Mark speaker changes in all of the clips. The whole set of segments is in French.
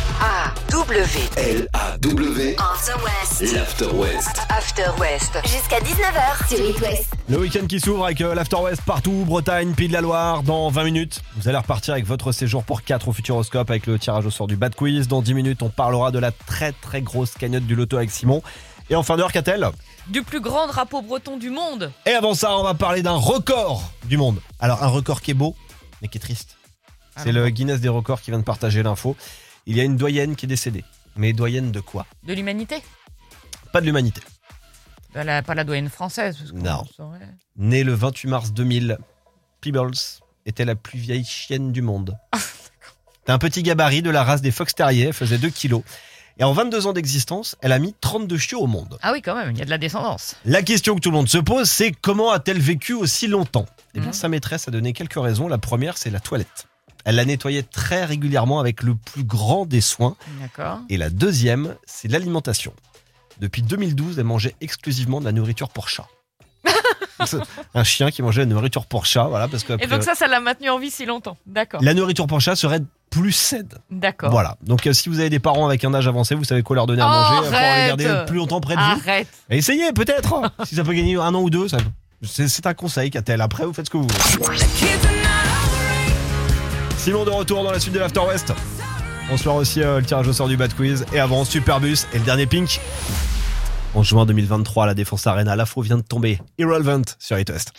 Speaker 1: L-A-W.
Speaker 2: L-A-W,
Speaker 3: After West.
Speaker 2: l'After West.
Speaker 1: After West.
Speaker 3: Jusqu'à 19h sur It West.
Speaker 4: Le week-end qui s'ouvre avec euh, l'After West partout, Bretagne, Pays de la Loire, dans 20 minutes. Vous allez repartir avec votre séjour pour 4 au Futuroscope avec le tirage au sort du Bad Quiz. Dans 10 minutes, on parlera de la très très grosse cagnotte du loto avec Simon. Et en fin d'heure, qu'a-t-elle
Speaker 5: Du plus grand drapeau breton du monde.
Speaker 4: Et avant ça, on va parler d'un record du monde. Alors, un record qui est beau, mais qui est triste. C'est le Guinness des records qui vient de partager l'info. Il y a une doyenne qui est décédée. Mais doyenne de quoi
Speaker 5: De l'humanité
Speaker 4: Pas de l'humanité.
Speaker 5: Bah, la- Pas la doyenne française. Parce que
Speaker 4: Non.
Speaker 5: on saurait.
Speaker 4: Née le 28 mars 2000, Peebles était la plus vieille chienne du monde. C'était un petit gabarit de la race des fox terriers, elle faisait 2 kilos. Et en 22 ans d'existence, elle a mis 32 chiots au monde.
Speaker 5: Ah oui, quand même, il y a de la descendance.
Speaker 4: La question que tout le monde se pose, c'est comment a-t-elle vécu aussi longtemps Eh bien,
Speaker 5: Mhm.
Speaker 4: sa maîtresse a donné quelques raisons. La première, c'est la toilette. Elle la nettoyait très régulièrement avec le plus grand des soins.
Speaker 5: D'accord.
Speaker 4: Et la deuxième, c'est l'alimentation. Depuis 2012, elle mangeait exclusivement de la nourriture pour chat. C'est Un chien qui mangeait de la nourriture pour chat, voilà, parce que
Speaker 5: Et donc ça, ça l'a maintenu en vie si longtemps. D'accord.
Speaker 4: la nourriture pour chat serait plus saine.
Speaker 5: D'accord.
Speaker 4: Voilà. Donc, euh, si vous avez des parents avec un âge avancé, vous savez quoi leur donner à
Speaker 5: Oh,
Speaker 4: manger euh, pour les
Speaker 5: arrête
Speaker 4: garder le plus longtemps près de vous.
Speaker 5: Arrête.
Speaker 4: Essayez peut-être hein. Si ça peut gagner un an ou deux, ça... c'est c'est un conseil qu'a tel. Après, vous faites ce que vous voulez. Simon de retour dans la suite de l'After West. On se fera aussi euh, le tirage au sort du Bad Quiz. Et avant, Superbus et le dernier Pink. En juin 2023, à la Défense Arena, l'afro vient de tomber. Irrelevant sur It West.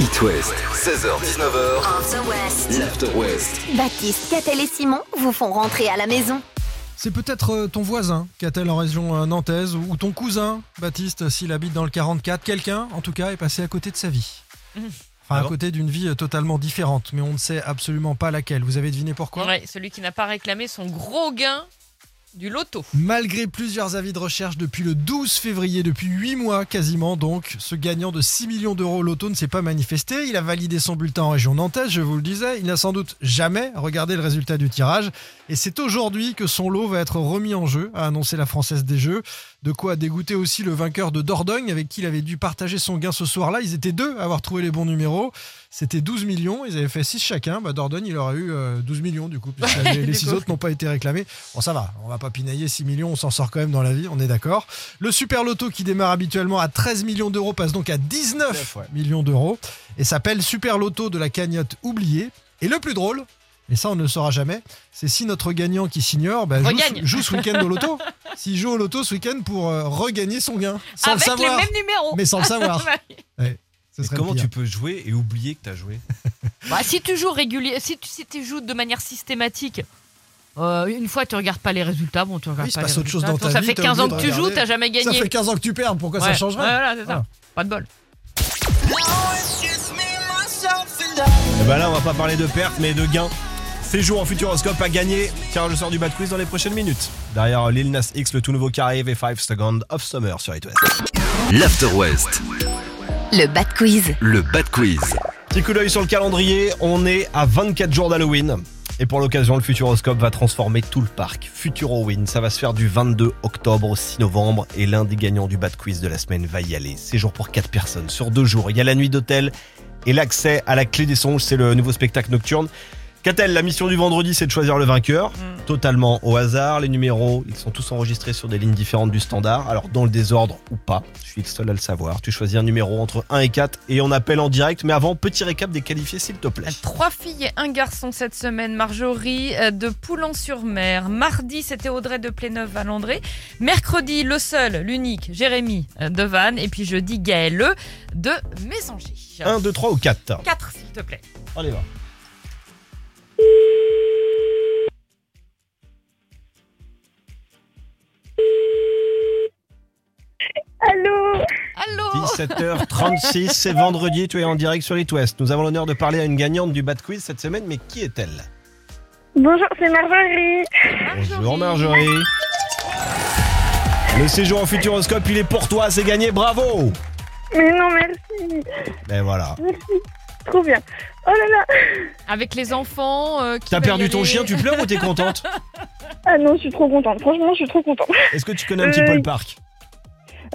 Speaker 2: It West, 16h-19h,
Speaker 3: After West.
Speaker 2: l'After West.
Speaker 3: Baptiste, Catel et Simon vous font rentrer à la maison.
Speaker 6: C'est peut-être euh, ton voisin, qu'a-t-elle en région euh, nantaise, ou ton cousin, Baptiste, s'il habite dans le 44. Quelqu'un, en tout cas, est passé à côté de sa vie.
Speaker 5: Mhm.
Speaker 6: Enfin,
Speaker 4: Ah
Speaker 6: à
Speaker 4: bon
Speaker 6: côté d'une vie euh, totalement différente, mais on ne sait absolument pas laquelle. Vous avez deviné pourquoi
Speaker 5: Ouais, celui qui n'a pas réclamé son gros gain du loto.
Speaker 6: Malgré plusieurs avis de recherche depuis le 12 février, depuis 8 mois quasiment donc, ce gagnant de 6 millions d'euros au loto ne s'est pas manifesté. Il a validé son bulletin en région nantaise, je vous le disais. Il n'a sans doute jamais regardé le résultat du tirage. Et c'est aujourd'hui que son lot va être remis en jeu, a annoncé la Française des Jeux. De quoi dégoûter aussi le vainqueur de Dordogne avec qui il avait dû partager son gain ce soir-là. Ils étaient deux à avoir trouvé les bons numéros. C'était 12 millions, ils avaient fait 6 chacun. Bah, Dordogne, il aurait eu euh, 12 millions du coup, puisque les- les
Speaker 5: du
Speaker 6: 6
Speaker 5: coup.
Speaker 6: autres n'ont pas été réclamés. Bon, ça va, on va pas pinailler 6 millions, on s'en sort quand même dans la vie, on est d'accord. Le Super Loto qui démarre habituellement à 13 millions d'euros passe donc à 19 millions d'euros et s'appelle Super Loto de la cagnotte oubliée. Et le plus drôle, et ça on ne le saura jamais, c'est si notre gagnant qui s'ignore bah, joue,
Speaker 5: Regagne.
Speaker 6: joue ce week-end au loto. S'il joue au loto ce week-end pour euh, regagner son gain, sans
Speaker 5: Avec
Speaker 6: le savoir.
Speaker 5: les mêmes numéros.
Speaker 6: Mais sans le savoir. Ce
Speaker 4: Mais
Speaker 6: serait
Speaker 4: comment
Speaker 6: pire.
Speaker 4: tu peux jouer et oublier que t'as joué
Speaker 5: Bah, si tu joues régulier, si tu, si tu joues de manière systématique, euh, une fois tu regardes pas les résultats, bon tu regardes
Speaker 6: il se
Speaker 5: pas
Speaker 6: passe
Speaker 5: les
Speaker 6: autre chose
Speaker 5: résultats.
Speaker 6: dans ta
Speaker 5: ça
Speaker 6: vie,
Speaker 5: fait
Speaker 6: t'as
Speaker 5: 15 ans
Speaker 6: oublié
Speaker 5: que
Speaker 6: de
Speaker 5: tu joues,
Speaker 6: regarder.
Speaker 5: t'as jamais
Speaker 6: Ça
Speaker 5: gagné.
Speaker 6: fait 15 ans que tu perds, pourquoi ça
Speaker 5: Ouais,
Speaker 6: changerait
Speaker 5: ouais, voilà, c'est ça.
Speaker 6: Voilà.
Speaker 5: Pas de bol.
Speaker 4: Et bah là, on va pas parler de perte, mais de gain. Séjour en Futuroscope à gagner. Tiens, je sors du Bad Quiz dans les prochaines minutes. Derrière euh, Lil Nas X, le tout nouveau qui arrive et 5 Seconds of Summer sur It West.
Speaker 2: L'After West,
Speaker 3: Le Bad Quiz.
Speaker 2: le Bad Quiz.
Speaker 4: Petit coup d'œil sur le calendrier, on est à 24 jours d'Halloween. Et pour l'occasion, le Futuroscope va transformer tout le parc. Futuroween, ça va se faire du 22 octobre au 6 novembre. Et l'un des gagnants du Bad Quiz de la semaine va y aller. Séjour pour 4 personnes sur 2 jours. Il y a la nuit d'hôtel et l'accès à la clé des songes. C'est le nouveau spectacle nocturne. Catel, la mission du vendredi, c'est de choisir le vainqueur.
Speaker 5: Mm.
Speaker 4: Totalement au hasard. Les numéros, ils sont tous enregistrés sur des lignes différentes du standard. Alors, dans le désordre ou pas, je suis le seul à le savoir. Tu choisis un numéro entre 1 et 4 et on appelle en direct. Mais avant, petit récap des qualifiés, s'il te plaît.
Speaker 5: Bah, Trois filles et un garçon cette semaine. Marjorie euh, de Poulan-sur-Mer. Mardi, c'était Audrey de Pléneuve à Landré. Mercredi, le seul, l'unique, Jérémy euh, de Vannes. Et puis jeudi, Gaëlle de Messanger.
Speaker 4: 1, 2, 3 ou 4.
Speaker 5: 4, s'il te plaît.
Speaker 4: Allez, va.
Speaker 7: Allô
Speaker 5: Allô
Speaker 4: 17h36, c'est vendredi, tu es en direct sur It West. Nous avons l'honneur de parler à une gagnante du Bad Quiz cette semaine, mais qui est-elle
Speaker 7: Bonjour, c'est Marjorie.
Speaker 4: Bonjour Marjorie. Le séjour en Futuroscope, il est pour toi, c'est gagné, bravo
Speaker 7: Mais non, merci.
Speaker 4: Mais voilà.
Speaker 7: Trop bien. Oh là là
Speaker 5: Avec les enfants. euh, qui
Speaker 4: T'as
Speaker 5: va y
Speaker 4: perdu ton
Speaker 5: aller
Speaker 4: chien, tu pleures ou t'es contente
Speaker 7: Ah non, je suis trop contente. Franchement, je suis trop contente.
Speaker 4: Eh Est-ce que tu connais un petit peu le parc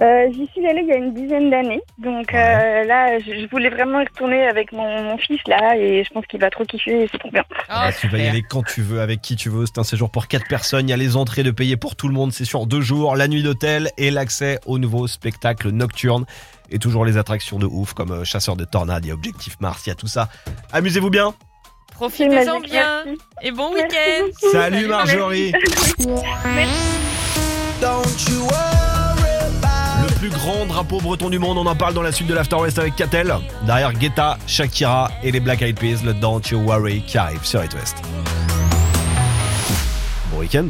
Speaker 7: Euh, J'y suis allée il y a une dizaine d'années. Donc
Speaker 4: Ouais.
Speaker 7: euh, là, je, je voulais vraiment y retourner avec mon, mon fils là et je pense qu'il va trop kiffer et c'est trop bien.
Speaker 5: Ah,
Speaker 4: Ah, tu vas y
Speaker 5: super.
Speaker 4: aller quand tu veux, avec qui tu veux. C'est un séjour pour quatre personnes. Il y a les entrées de payer pour tout le monde. C'est sur deux jours, la nuit d'hôtel et l'accès au nouveau spectacle nocturne. Et toujours les attractions de ouf comme euh, Chasseur de tornades, il y a Objectif Mars, il y a tout ça. Amusez-vous bien.
Speaker 5: Profitez-en
Speaker 7: Merci.
Speaker 5: bien et bon
Speaker 7: Merci
Speaker 5: week-end.
Speaker 7: beaucoup.
Speaker 4: Salut Marjorie. Le plus grand drapeau breton du monde, on en parle dans la suite de l'After West avec Catel. Derrière Guetta, Shakira et les Black Eyed Peas, le Don't You Worry qui arrive sur It West. Bon week-end.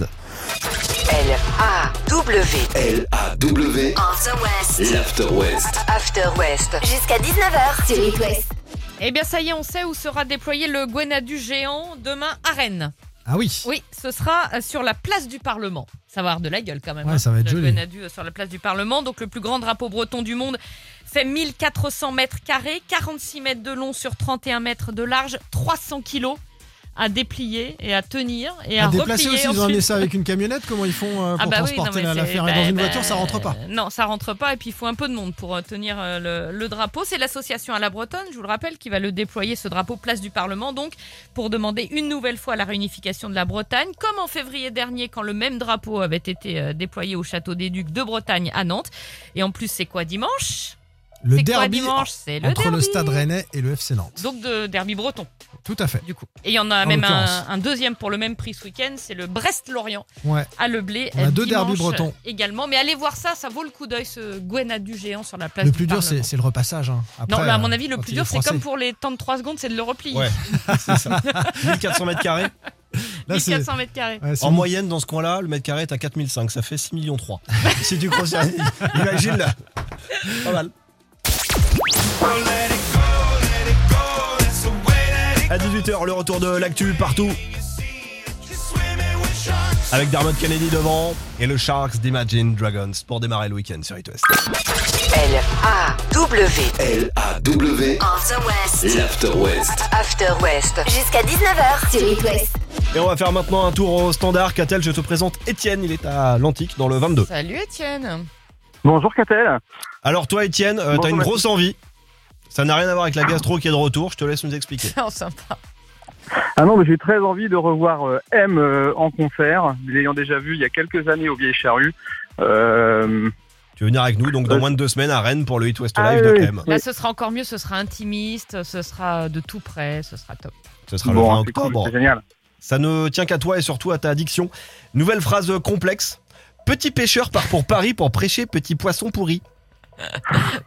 Speaker 1: L-A-W.
Speaker 2: L-A-W,
Speaker 3: On the West.
Speaker 2: l'After West.
Speaker 1: After West.
Speaker 3: Jusqu'à 19h sur It West.
Speaker 5: Eh bien, ça y est, on sait où sera déployé le Gwenadu géant demain à Rennes.
Speaker 6: Ah oui.
Speaker 5: Oui, ce sera euh, sur la place du Parlement. Ça va avoir de la gueule quand même.
Speaker 6: Ouais, ça va être
Speaker 5: le
Speaker 6: joli.
Speaker 5: Grenadu, euh, sur la place du Parlement. Donc le plus grand drapeau breton du monde fait 1400 mètres carrés, 46 mètres de long sur 31 mètres de large, 300 kilos à déplier et à tenir et à,
Speaker 6: à déplacer
Speaker 5: replier
Speaker 6: aussi, ils ont
Speaker 5: ensuite.
Speaker 6: amené ça avec une camionnette. Comment ils font euh, pour
Speaker 5: Ah bah oui,
Speaker 6: transporter
Speaker 5: non, mais
Speaker 6: la-
Speaker 5: c'est-
Speaker 6: l'affaire Et
Speaker 5: bah,
Speaker 6: Dans une
Speaker 5: bah,
Speaker 6: voiture, ça rentre pas.
Speaker 5: euh, Non, ça rentre pas et puis il faut un peu de monde pour euh, tenir euh, le, le drapeau. C'est l'association à la Bretonne, je vous le rappelle, qui va le déployer ce drapeau place du Parlement donc pour demander une nouvelle fois la réunification de la Bretagne, comme en février dernier quand le même drapeau avait été euh, déployé au château des Ducs de Bretagne à Nantes. Et en plus, c'est quoi dimanche
Speaker 6: Le
Speaker 5: C'est quoi
Speaker 6: derby
Speaker 5: dimanche C'est le
Speaker 6: entre
Speaker 5: derby.
Speaker 6: le Stade Rennais et le FC Nantes.
Speaker 5: donc de derby breton
Speaker 6: Tout à fait.
Speaker 5: du coup. Et il y en a
Speaker 6: En
Speaker 5: même un,
Speaker 6: l'occurrence.
Speaker 5: un deuxième pour le même prix ce week-end, c'est le Brest-Lorient
Speaker 6: Ouais.
Speaker 5: à Le Blé.
Speaker 6: On a
Speaker 5: euh,
Speaker 6: deux
Speaker 5: dimanche,
Speaker 6: derbys bretons.
Speaker 5: euh, Également. Mais allez voir ça, ça vaut le coup d'œil, ce Gwenadu géant sur la place.
Speaker 6: Le
Speaker 5: du
Speaker 6: plus dur,
Speaker 5: Parlement.
Speaker 6: c'est c'est le repassage. hein. Après,
Speaker 5: Non, mais à mon
Speaker 6: euh,
Speaker 5: avis, le
Speaker 6: quand
Speaker 5: plus
Speaker 6: il est
Speaker 5: dur, c'est
Speaker 6: froissé.
Speaker 5: comme pour les temps de 3 secondes, c'est de le replier.
Speaker 4: Ouais, c'est ça. 1400 mètres carrés.
Speaker 6: Là, c'est-
Speaker 5: 1400 mètres carrés.
Speaker 6: ouais, c'est
Speaker 4: En
Speaker 6: mou.
Speaker 4: moyenne, dans ce coin-là, le mètre carré est à 4005. Ça fait 6 millions 3. si tu crois ça, imagine là. Pas mal. À 18h, le retour de l'actu partout. Avec Darmon Kennedy devant et le Sharks d'Imagine Dragons pour démarrer le week-end sur It West.
Speaker 1: L-A-W.
Speaker 2: L-A-W,
Speaker 3: On the West.
Speaker 2: l'After West.
Speaker 1: After West.
Speaker 3: Jusqu'à 19h sur It West.
Speaker 4: Et on va faire maintenant un tour au standard. Catel, je te présente Étienne. Il est à l'Antique dans le 22.
Speaker 5: Salut Étienne.
Speaker 8: Bonjour Catel.
Speaker 4: Alors toi, Étienne, euh, t'as
Speaker 8: Bonjour,
Speaker 4: une
Speaker 8: Mathieu.
Speaker 4: grosse envie. Ça n'a rien à voir avec la gastro qui est de retour. Je te laisse nous expliquer.
Speaker 5: Non, sympa.
Speaker 8: Ah non, mais j'ai très envie de revoir euh, M euh, en concert, l'ayant déjà vu il y a quelques années au Vieille Charrue. Euh,
Speaker 4: Tu veux venir avec nous, donc dans
Speaker 8: Euh,
Speaker 4: moins de deux semaines à Rennes pour le Hit West
Speaker 8: Ah
Speaker 4: Live de
Speaker 8: oui, oui.
Speaker 4: Clem.
Speaker 5: Là, Bah, ce sera encore mieux, ce sera intimiste, ce sera de tout près, ce sera top.
Speaker 4: Ce sera le 20
Speaker 8: bon, c'est cool,
Speaker 4: octobre.
Speaker 8: c'est génial.
Speaker 4: Ça ne tient qu'à toi et surtout à ta addiction. Nouvelle phrase complexe. Petit pêcheur part pour Paris pour prêcher petit poisson pourri.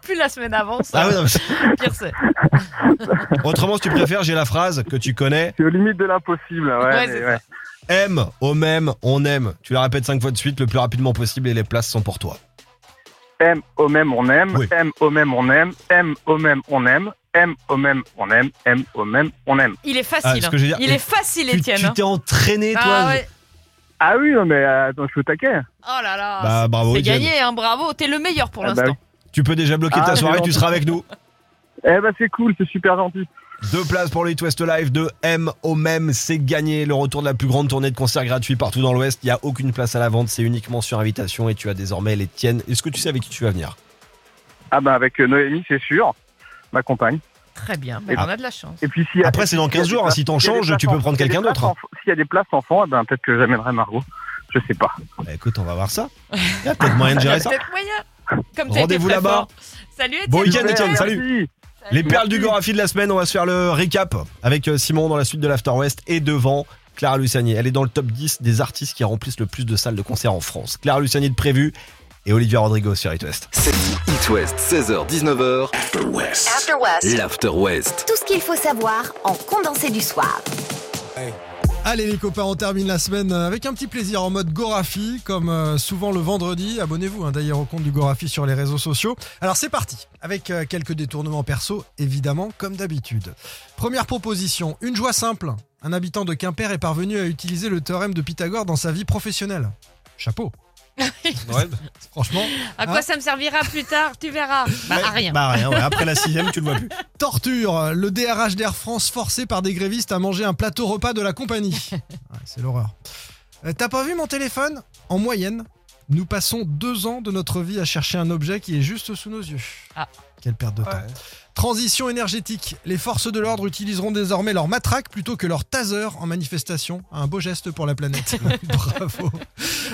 Speaker 5: Plus la semaine avance,
Speaker 4: Ah ouais, non, mais-
Speaker 5: pire c'est.
Speaker 4: Autrement, si tu préfères, j'ai la phrase que tu connais.
Speaker 8: C'est aux limites de l'impossible. Ouais,
Speaker 5: Ouais,
Speaker 8: mais
Speaker 5: c'est
Speaker 8: ouais.
Speaker 4: Aime, au même, on aime. Tu la répètes cinq fois de suite le plus rapidement possible et les places sont pour toi.
Speaker 8: M au même on aime,
Speaker 4: Oui.
Speaker 8: M au même on aime, M au même on aime, M au même on aime, M au même on aime.
Speaker 5: Il est
Speaker 4: Ah,
Speaker 5: facile.
Speaker 4: ce
Speaker 5: hein.
Speaker 4: que je veux dire,
Speaker 5: Il
Speaker 4: et
Speaker 5: est facile,
Speaker 4: Tu
Speaker 5: Étienne.
Speaker 4: tu t'es entraîné, toi.
Speaker 5: hein. Ah ouais.
Speaker 8: Ah oui, non mais euh, attends, je suis au taquet.
Speaker 5: Oh là là.
Speaker 4: Bah, bravo,
Speaker 5: c'est
Speaker 4: Étienne.
Speaker 5: gagné, hein, bravo. T'es le meilleur pour
Speaker 8: Ah bah
Speaker 5: l'instant.
Speaker 4: Tu peux déjà bloquer
Speaker 8: Ah,
Speaker 4: ta
Speaker 8: mais
Speaker 4: soirée,
Speaker 8: non.
Speaker 4: tu seras avec nous.
Speaker 8: Eh ben c'est cool, c'est super gentil.
Speaker 4: Deux places pour le Hit West Live de M au même, c'est gagné. Le retour de la plus grande tournée de concerts gratuits partout dans l'Ouest. Il n'y a aucune place à la vente, c'est uniquement sur invitation et tu as désormais les tiennes. Est-ce que tu sais avec qui tu vas venir
Speaker 8: Ah bah avec euh, Noémie c'est sûr, ma compagne.
Speaker 5: Très bien, bah,
Speaker 8: Et-
Speaker 5: on a de la chance.
Speaker 8: Et puis si
Speaker 4: Après, c'est dans 15 jours. hein. Si t'en changes, tu peux prendre quelqu'un d'autre. hein.
Speaker 8: S'il y a des places enfants, eh ben peut-être que j'amènerai Margot. Je sais pas.
Speaker 4: Bah, écoute, on va voir ça. Il y a peut-être moyen de gérer ça.
Speaker 5: Peut-être moyen. Comme t'as été
Speaker 4: Rendez-vous
Speaker 5: très
Speaker 4: là-bas.
Speaker 5: fort. Salut Étienne.
Speaker 4: Bon week-end,
Speaker 8: Super,
Speaker 4: Étienne, salut.
Speaker 8: merci.
Speaker 4: Les perles du Gorafi de la semaine, on va se faire le récap avec euh, Simon dans la suite de l'After West et devant Clara Luciani. Elle est dans le top 10 des artistes qui remplissent le plus de salles de concert en France. Clara Luciani de prévu et Olivia Rodrigo sur Hit West.
Speaker 2: C'est It West, 16h-19h. After West.
Speaker 3: After West.
Speaker 2: L'After West.
Speaker 3: Tout ce qu'il faut savoir en condensé du soir.
Speaker 6: Allez les copains, on termine la semaine avec un petit plaisir en mode Gorafi, comme euh, souvent le vendredi. Abonnez-vous hein, d'ailleurs au compte du Gorafi sur les réseaux sociaux. Alors c'est parti, avec euh, quelques détournements perso, évidemment, comme d'habitude. Première proposition, une joie simple. Un habitant de Quimper est parvenu à utiliser le théorème de Pythagore dans sa vie professionnelle. Chapeau. Franchement,
Speaker 5: À quoi ça me servira plus tard Tu verras. Hein Bah, à rien.
Speaker 4: Bah rien, ouais. après la sixième, tu le vois plus.
Speaker 6: torture. Le DRH d'Air France forcé par des grévistes à manger un plateau repas de la compagnie. Ouais, c'est l'horreur. Euh, T'as pas vu mon téléphone En moyenne, Nous passons deux ans de notre vie à chercher un objet qui est juste sous nos yeux.
Speaker 5: Ah.
Speaker 6: Quelle perte de temps. Transition énergétique. Les forces de l'ordre utiliseront désormais leur matraque plutôt que leur taser en manifestation. Un beau geste pour la planète. Bravo.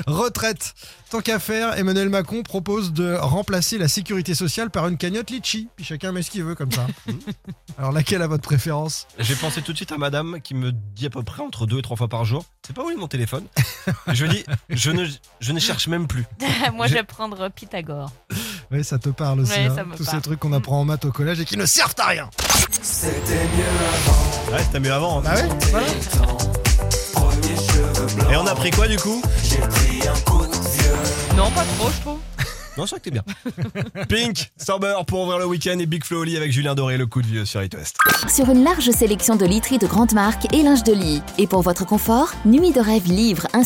Speaker 6: Retraite. Tant qu'à faire, Emmanuel Macron propose de remplacer la sécurité sociale par une cagnotte litchi. Puis chacun met ce qu'il veut comme ça. Alors laquelle a votre préférence
Speaker 4: J'ai pensé tout de suite à madame qui me dit à peu près entre deux et trois fois par jour C'est pas où est mon téléphone Je lui dis je ne, je ne cherche même plus.
Speaker 5: Moi, bah, je vais prendre Pythagore.
Speaker 6: Oui, ça te parle aussi.
Speaker 5: Ouais,
Speaker 6: hein.
Speaker 5: ça me
Speaker 6: Tous
Speaker 5: parle.
Speaker 6: ces trucs qu'on apprend en maths au collège et qui ne servent à rien.
Speaker 4: Ouais, c'était mieux avant. hein.
Speaker 6: Ah ouais Voilà.
Speaker 4: Et on a pris quoi du coup
Speaker 5: Non, pas trop, je trouve.
Speaker 4: Non, c'est vrai que t'es bien. Pink, Sorber pour ouvrir le week-end et Big Flo au lit avec Julien Doré, le coup de vieux sur It West.
Speaker 1: Sur une large sélection de literies de grandes marques et linge de lit. Et pour votre confort, Nuit de rêve livre un